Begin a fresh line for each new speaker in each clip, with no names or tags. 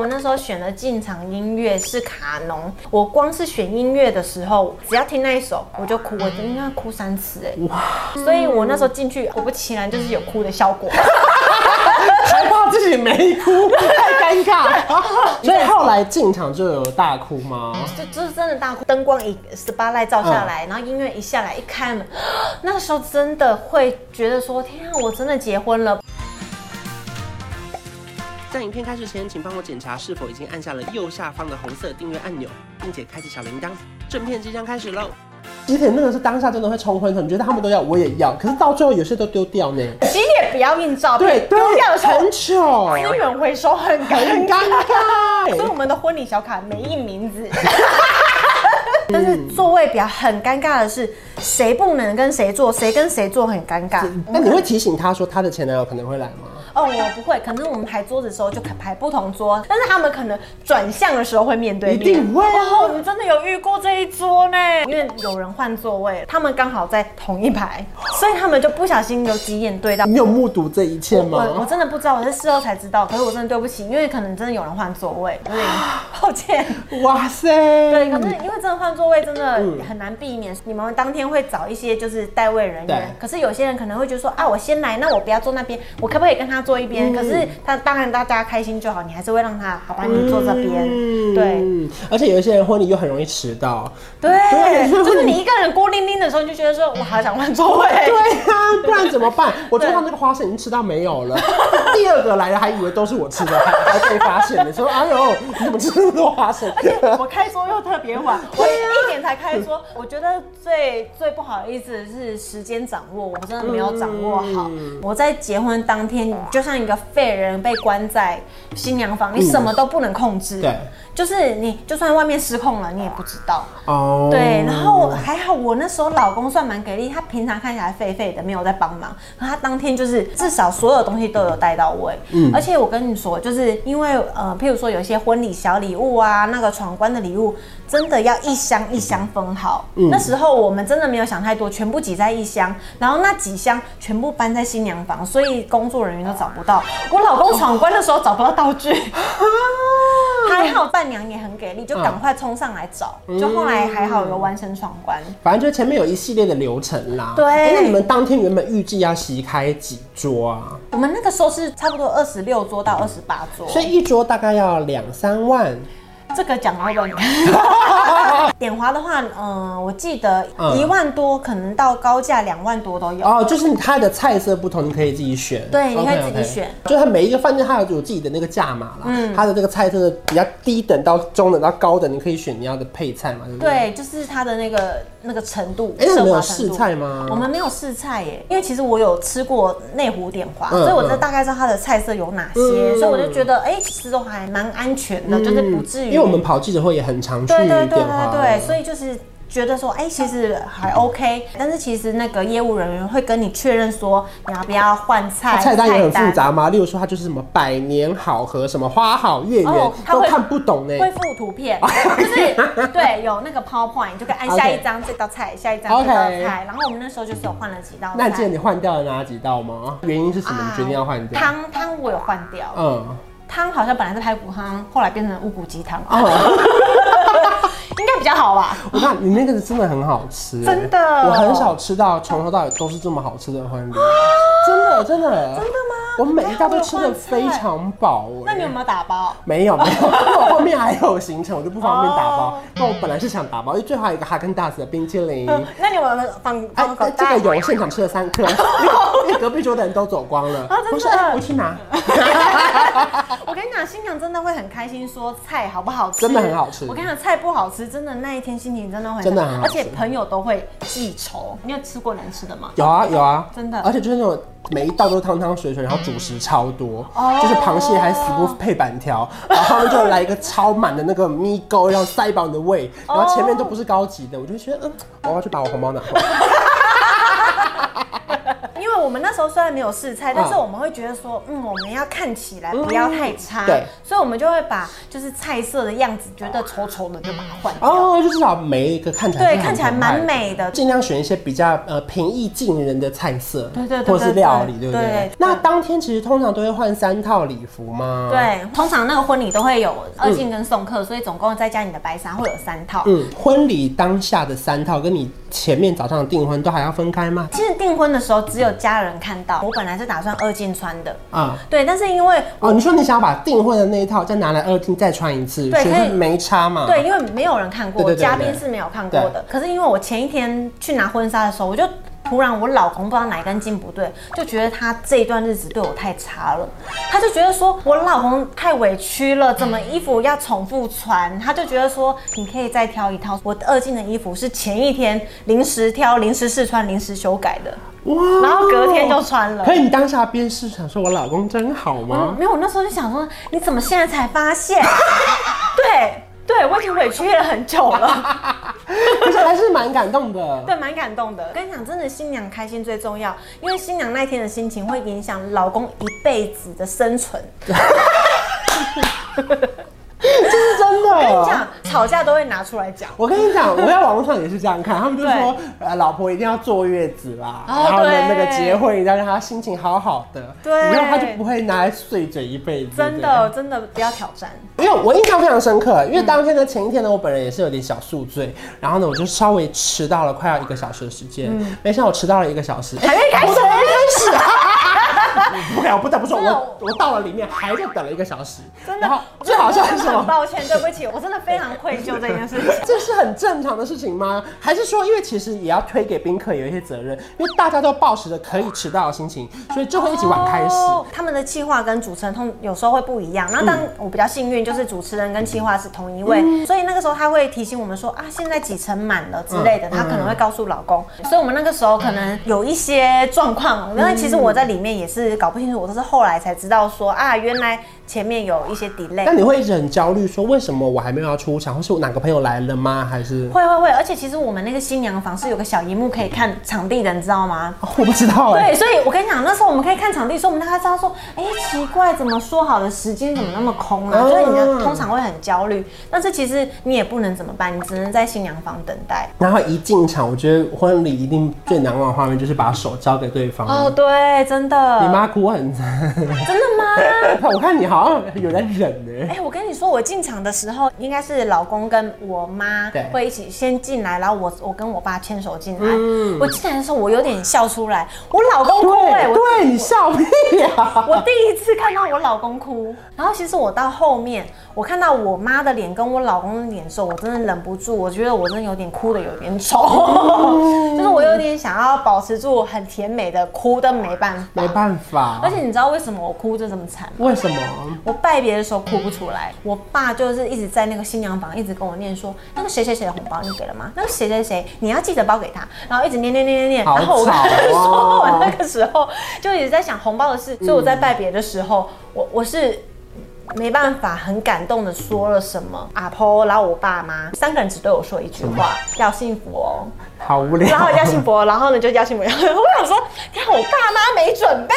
我那时候选的进场音乐是卡农，我光是选音乐的时候，只要听那一首我就哭，我应该哭三次哎、哇！所以我那时候进去，果不其然就是有哭的效果。
还怕自己没哭，太尴尬。所以后来进场就有大哭吗？
就就是真的大哭，灯光一 spotlight 照
嗯
下来，然后音乐一下来，一开门，那个时候真的会觉得说，天啊，我真的结婚了。
在影片开始前，请帮我检查是否已经按下了右下方的红色订阅按钮，并且开启小铃铛。正片即将开始喽！吉田那个是当下真的会冲昏头，你觉得他们都要，我也要，可是到最后有些都丢掉呢。
其实也不要印照
对
片，
对
丢掉的，时候
很糗，
资源回收很尴
很
尬。
尴
所以
尬。
我们的婚礼小卡没印名字。 但是座位表很尴尬的是，谁不能跟谁坐，谁跟谁坐很尴尬。
那你会提醒他说他的前男友可能会来吗？
哦，我不会，可能我们排桌子的时候就可排不同桌，但是他们可能转向的时候会面对
一
面。
定会啊
哦，我们真的有遇过这一桌呢，因为有人换座位，他们刚好在同一排，所以他们就不小心有几眼对到。
你有目睹这一切
我我
吗？
真的不知道，我是事后才知道，可是我真的对不起，因为可能真的有人换座位，有点抱歉。
哇塞！
对，
嗯
可是因为真的换座位真的很难避免，你们当天会找一些就是代位人
对
员，可是有些人可能会觉得说啊，我先来，那我不要坐那边，我可不可以跟他坐一
嗯
边？可是他当然大家开心就好，你还是会让他好吧，你坐这边，对
嗯，而且有一些人婚礼又很容易迟到。
对，
对
就是你一个人孤零零的时候，你就觉得说我好想换座位，
对啊，不然怎 么办？我桌上那个花生已经吃到没有了，第二个来了还以为都是我吃的，还还被发现了，说哎呦，你怎么吃那么多花生？
我开桌又特别晚，我一点才开桌。我觉得最最不好意思的是时间掌握，我真的没有掌握好。我在结婚当天，你就像一个废人被关在新娘房，你什么都不能控制。
对，
就是你就算外面失控了，你也不知道。
哦
对，然后还好我那时候老公算蛮给力，他平常看起来废废的，没有在帮忙，可他当天就是至少所有东西都有带到位。嗯，而且我跟你说，就是因为呃，譬如说有一些婚礼小礼物啊，那个闯关的礼物，真的要一箱一箱分好。那时候我们真的没有想太多，全部挤在一箱，然后那几箱全部搬在新娘房，所以工作人员都找不到。我老公闯关的时候找不到道 具。还好伴娘也很给力，就赶快冲上来找，就后来还好有完成闯关。
反正就是前面有一系列的流程啦。
对
哎那你们当天原本预计要席开几桌啊？
我们那个时候是差不多二十六桌到二十八桌，
所以一桌大概要两三万。
这个讲到本。 点华的话，嗯、我记得
嗯
一万多，可能到高价两万多都有。
哦，就是你它的菜色不同，你可以自己选。
对你可以
OK，OK
自己选
就是它每一个饭店它有有自己的那个价码啦。嗯，它的这个菜色的比较低等到中等到高等，你可以选你要的配菜嘛，对不对？
对，就是它的那个那个程度，
哎那
奢
你们
华
有
程度
试菜吗
我们没有试菜耶，因为其实我有吃过内湖点华，
嗯
所以我就大概知道它的菜色有哪些，
嗯
所以我就觉得哎、其实都还蛮安全的，就是不至于。
因为我们跑记者会也很常去
对
电话嗯
对对对对，所以就是觉得说，哎、其实还 OK，但是其实那个业务人员会跟你确认说，你要不要换菜，
啊菜单也很复。杂嘛，例如说它就是什么百年好合，什么花好月圆，
哦它
都
会
看不懂呢。
会附图 片，就是对有那个 PowerPoint，你就可以按
OK
下一张这道菜，下一张这
OK
道菜。然后我们那时候就是有换了几道菜。
那你记得你换掉了哪几道吗？原因是什么？你决定要换掉？
啊汤汤我有换掉，
嗯，
汤好像本来是排骨汤，后来变成乌骨鸡汤，
哦，
应该比较好吧？
我看你那个真的很好吃，
啊
欸
真的
我很少吃到从头到尾都是这么好吃的婚
啊
礼，真的真的真的吗？我每一道都吃的非常饱。
那你有
哎
没有打包？
没有没有，因为我后面还有行程，我就不方便打包
哦。
那我本来是想打包，因为最后还有一个哈根达斯的冰淇 淋。
那你有没有放
哎
放狗，
这
蛋？
个有现场吃了三 颗，因为因为隔壁桌的人都走光了。
啊真的
我说哎，我哎 去拿，
我跟你讲，新娘真的会很开心，说菜好不好吃，
真的很好吃
我跟你讲，菜不好吃，真的那一天心情真的会
真的很好
而
吃
且朋友都会记仇。你有吃过难吃的吗？
有啊有啊，
真的嗯
而且就是那种每一道都汤汤水水，然后主食超多，
哦
就是螃蟹还死不配板条，然后他们就来一个超满的那个咪沟，然后塞饱你的胃，
哦
然后前面都不是高级的，我就觉得嗯，我要去把我红包拿回来。
你因为我们那时候虽然没有试菜，但是
嗯
我们会觉得说，嗯，我们要看起来
嗯
不要太差，
对，
所以我们就会把就是菜色的样子觉得丑丑的就把它换掉，
哦，就至少每一个看起来
对，
是很
看起来蛮
可爱的
美的，
尽量选一些比较呃平易近人的菜色，
对对对
或是
对对
料理，对不对？
对
那当天其实通常都会换三套礼服吗？。
对，通常那个婚礼都会有二进跟送客，所以总共再加你的白纱会有三套。
嗯，婚礼当下的三套跟你前面早上的订婚都还要分开吗？
其实订婚的时候只有家人看到，我本来是打算二进穿的，
啊、
对，但是因为
哦，你说你想要把订婚的那一套再拿来二进再穿一次，
对
其
可以
实没差嘛。
对，，因为没有人看过，
嗯对对对对
嘉宾是没有看过的。可是因为我前一天去拿婚纱的时候，我就突然我老公不知道哪根筋不对，就觉得他这一段日子对我太差了，他就觉得说我老公太委屈了，怎么衣服要重复穿？他就觉得说你可以再挑一套，我二进的衣服是前一天临时挑、临时试穿、临时修改的，
哇
然后隔天就穿了
可。你当下边是想说我老公真好吗？
没有，我那时候就想说，你怎么现在才发现？ 对对，我已经委屈了很久了。
可是还是蛮感动的。
对，蛮感动的。跟你讲，真的新娘开心最重要，因为新娘那天的心情会影响老公一辈子的生存。
是真的。
这样吵架都会拿出来讲。
我跟你讲，我在网络上也是这样看，他们就说，呃，老婆一定要坐月子啦，
哦
然后呢，
对
那个结婚一定要让她心情好好的，
对
你让她就不会拿来碎嘴一辈子。
真的，真的不要挑战。
对，因为我印象非常深刻，因为当天的前一天呢，我本人也是有点小宿
嗯
醉，然后呢，我就稍微迟到了快要一个小时的时间，没想到我迟到了一个小时，
嗯还没开始
我怎么还没开始啊！不了，不得不说，
真的
我我到了里面还在等了一个小时，
真
然后
的，
最 好笑
我
是
真的
什么
很？抱歉，对不起，我真的非常愧疚这件事情。
这是很正常的事情吗？还是说，因为其实也要推给宾客有一些责任，因为大家都抱持着可以迟到的心情，所以就会一起晚开始。嗯
哦他们的企划跟主持人通有时候会不一样。那但我比较幸运，就是主持人跟企划是同一位，所以那个时候他会提醒我们说啊，现在几成满了之类的，
嗯
他可能会告诉老公。所以我们那个时候可能有一些状况，因为其实我在里面也是搞不清楚，我都是后来才知道说啊，原来前面有一些 delay
那。你会一直很焦虑，说为什么我还没有要出场，或是我哪个朋友来了吗？还是
会会会，而且其实我们那个新娘房是有个小荧幕可以看场地的，你知道吗？
哦我不知道哎、
对，所以我跟你讲，那时候我们可以看场地的时候，我们大概知道说，哎、奇怪，怎么说好的时间怎么那么空啊？
嗯
所以你呢通常会很焦虑，但是其实你也不能怎么办，你只能在新娘房等待。
然后一进场，我觉得婚礼一定最难忘的画面就是把手交给对方。
哦，对，真
你
的，
妈哭很惨，
真的吗？
我看你好像有在忍呢、
哎、我跟你说，我进场的时候应该是老公跟我妈
对
会一起先进来，然后我我跟我爸牵手进来。我进来的时候，我有点笑出来，我老公哭哎、
嗯对
我
对，你笑屁啊 呀、
我第一次看到我老公哭，然后其实我到后面，我看到我妈的脸跟我老公的脸的时候，我真的忍不住，我觉得我真的有点哭的有点丑， 就是我有点想要保持住很甜美的哭，但没办法。
没办法，
而且你知道为什么我哭就这么惨吗？
为什么？
我拜别的时候哭不出来，我爸就是一直在那个新娘房一直跟我念说，那个谁谁谁的红包你给了吗？那个谁谁谁你要记得包给他，然后一直念念念念念，
好
然后我跟
吵
他
哦
说，我那个时候就一直在想红包的事，所以我在拜别的时候，
嗯
我我是。没办法，很感动的说了什么阿婆，然后我爸妈三个人只对我说一句话，要幸福哦。
好无聊。
然后要幸福哦，然后呢就要幸福。然 后我想说，看我爸妈没准备。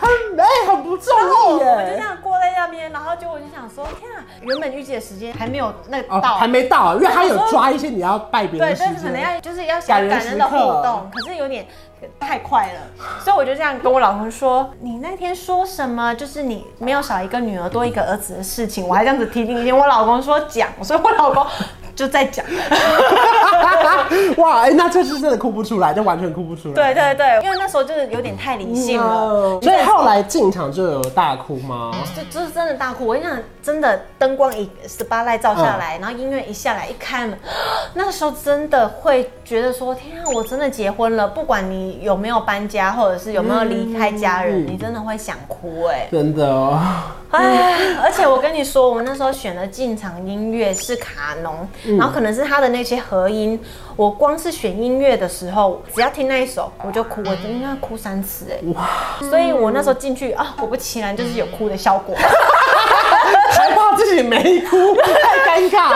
很哎、很不中
然哦后我
意
就这
耶。
样过在那边，然后就我就想说，天啊，原本预计的时间还没有那个
哦，
到，
还没到，因为他有抓一些你要拜别人
对
的，时
但是可能
间。
要就是要想感恩的互动，可是有点太快了，所以我就这样跟我老公说，你那天说什么？就是你没有少一个女儿多一个儿子的事情，我还这样子提醒一点，我老公说讲，所以我老公就在 讲。
哇，哎、那这次真的哭不出来，就完全哭不出来。
对对对，因为那时候就是有点太理性了
嗯，所以后来进场就有大哭吗？
就就是真的大哭，我跟你讲，真的灯光一 s p a l i g h t 照
嗯
下来，然后音乐一下来，一开门，那个时候真的会觉得说，天啊，我真的结婚了！不管你有没有搬家，或者是有没有离开家人，
嗯
你真的会想哭哎、
真的哦，
哎，而且我跟你说，我们那时候选的进场音乐是卡农，
嗯
然后可能是他的那些合音，我光是选音乐的时候，只要听那一首我就哭，我应该哭三次哎、所以我那时候进去啊，果不其然就是有哭的效果。
还怕自己没哭，太尴尬。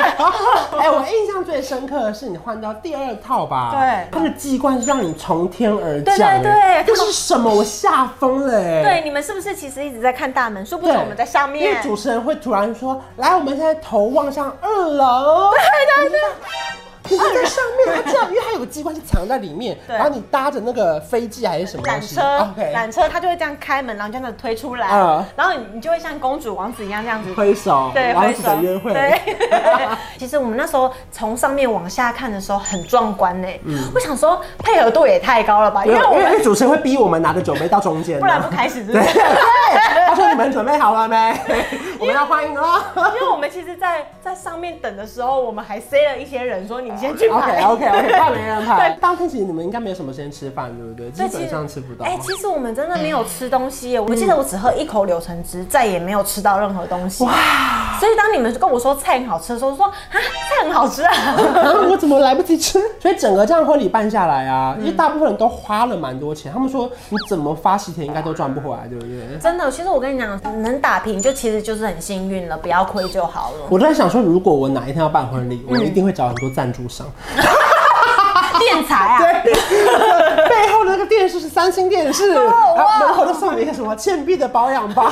哎、我印象最深刻的是你换到第二套吧？
对
那个鸡冠是让你从天而
对
降、
对
哎
对
这是什么？我吓疯了哎、
对，你们是不是其实一直在看大门？殊不知
对
我们在下
因为
面。
主持人会突然说：“来，我们现在头望向二楼。”对对对。你是在上面，它这样，因为它有个机关是藏在里面，
对
然后你搭着那个飞机啊还是什么东
缆
西
车，
，OK，
缆车它就会这样开门，然后这样子推出来
嗯，
然后你你就会像公主王子一样这样子
挥手，
对，
哦王
挥
子
手
的约会，
对，其实我们那时候从上面往下看的时候很壮观呢、我想说配合度也太高了吧，因
因为
为我
嗯因为
们
主持人会逼我们拿着酒杯到中间，
不然不开始是不
对，
是？
对他说：“你们准备好了没？ 我们要欢迎喽。
因为我们其实在，在上面等的时候，我们还塞了一些人说你先去排
哦 ”OK OK OK，怕没人排。
对
当天其实你们应该没有什么时间吃饭，对不对？基
对其
本
实
上吃不到。啊嗯
哎、其实我们真的没有吃东西耶，我记得我只喝一口柳橙汁，再也没有吃到任何东西。哇！所以当你们跟我说菜很好吃的时候，我说啊，菜很好吃啊。
啊，我怎么来不及吃？ 所以整个这样婚礼办下来啊，因为大部分人都花了蛮多钱，他们说你怎么发喜帖应该都赚不回来，对不对？
真的，其实我跟你讲，能打平就其实就是很幸运了，不要亏就好 了。
我都在想说，如果我哪一天要办婚礼，我一定会找很多赞助商。
电财啊，
背后的那个电视是三星电视，然后门口都送你一个什么倩碧的保 养包，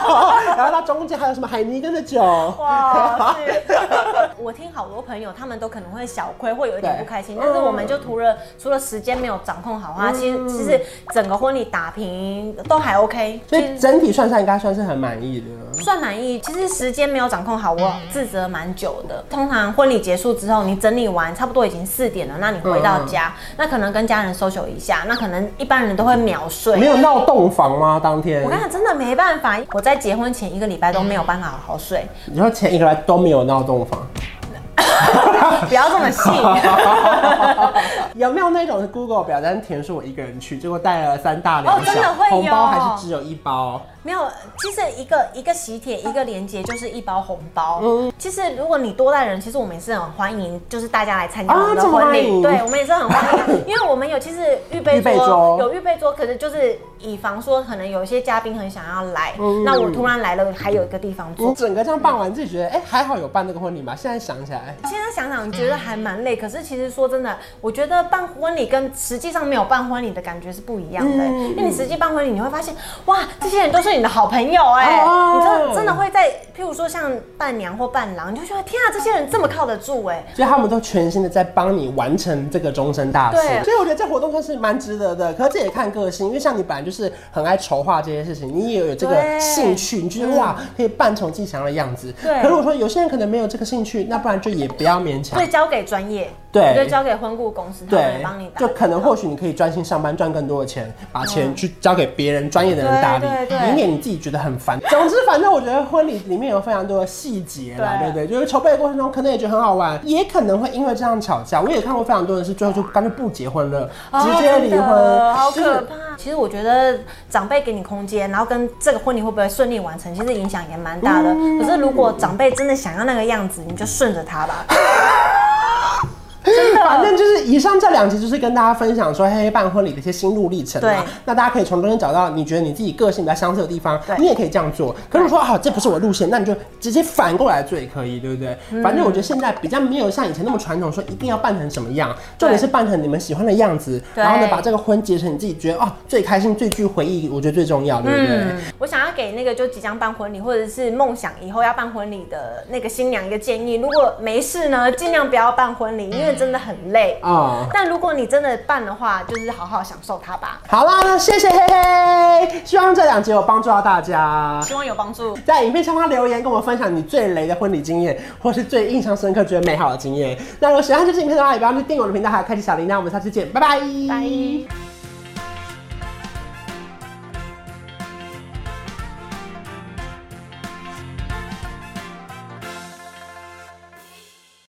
然后它中间还有什么海尼根的酒。
哇，是。 我听好多朋友，他们都可能会小亏，会有一点
对
不
嗯
开心。但是我们就除了除了时间没有掌控好啊，其实其实整个婚礼打平都还 OK，
所
其
以
实
整体算下来应该算是很满意的。
算满意。其实时间没有掌控好，
嗯
我自责蛮久的。通常婚礼结束之后，你整理完差不多已经四点了，那你回到家，
嗯
那可能跟家人 social 一下，那可能一般人都会秒睡
没。有闹洞房吗？当天
我跟你讲，真的没办法，我在结婚前一个礼拜都没有办法好好睡，
你说前一个礼拜都没有闹洞房，
不要这么 细。
有没有那种 Google 表单填是我一个人去，结果带了三大
哦
两小，
真的会有
红包还是只有一包？
没有，其实一个一个喜帖，一个连接就是一包红包。
嗯
其实如果你多带人，其实我们也是很欢迎，就是大家来参加
啊
我们的
这么
婚
欢
礼。
迎
对，我们也是很欢 迎，因为我们有其实预备
预备桌
桌，有预备桌，可是就是以防说可能有一些嘉宾很想要来，
嗯
那我突然来了，还有一个地方
你
坐。
整个这样办完，自己觉得哎、还好有办那个婚礼嘛。现在想起来，
现在想想觉得
嗯
还蛮累，可是其实说真的，我觉得办婚礼跟实际上没有办婚礼的感觉是不一样的、
嗯
因为你实际办婚礼，你会发现哇，这些人都是你的好朋友哎、
哦
你知道真的会在，譬如说像伴娘或伴郎，你就觉得天啊，这些人这么靠得住哎、
所以他们都全心的在帮你完成这个终身大事。
对
所以我觉得这活动算是蛮值得的。可是这也看个性，因为像你本来就是很爱筹划这些事情，你也有这个
对
兴趣，你觉得哇可以扮成自己想要的样子。
嗯对
可如果说有些人可能没有这个兴趣，那不然就也不要勉强
所以。交给专业，
对
你就交给婚顾公司，他们
对
来帮你，打嗯
就。可能或许你可以专心上班赚更多的钱，把钱去交给别人专业的人打理
对对，对
以免你自己觉得很烦。总之，反正我觉得婚礼里面有非常多的细节啦，对
对
不对？就是筹备的过程中可能也觉得很好玩，也可能会因为这样吵架。我也看过非常多人是最后就干脆不结婚了，直接离婚，
哦好
就是
可怕。其实我觉得长辈给你空间，然后跟这个婚礼会不会顺利完成，其实影响也蛮大的。
嗯
可是如果长辈真的想要那个样子，你就顺着他吧。
反正就是以上这两集就是跟大家分享说，嘿嘿办婚礼的一些心路历程
对
啊。那大家可以从中间找到你觉得你自己个性比较相似的地方
对，
你也可以这样做。可是我说啊，这不是我路线，那你就直接反过来做也可以，对不对？
嗯
反正我觉得现在比较没有像以前那么传统，说一定要扮成什么样，重点是扮成你们喜欢的样子，
对
然后呢把这个婚结成你自己觉得哦最开心、最具回忆，我觉得最重要，对不对？
我想要给那个就即将办婚礼，或者是梦想以后要办婚礼的那个新娘一个建议：如果没事呢，尽量不要办婚礼，因为真的很累。
啊、
但如果你真的办的话，就是好好享受它吧。
好啦，那谢谢嘿嘿，希望这两集有帮助到大家。
希望有帮助。
在影片下方留言，跟我分享你最雷的婚礼经验，或是最印象深刻、觉得美好的经验。那如果喜欢这支影片的话，也不要去订阅我的频道，还有开启小铃铛。我们下次见，拜拜。
拜。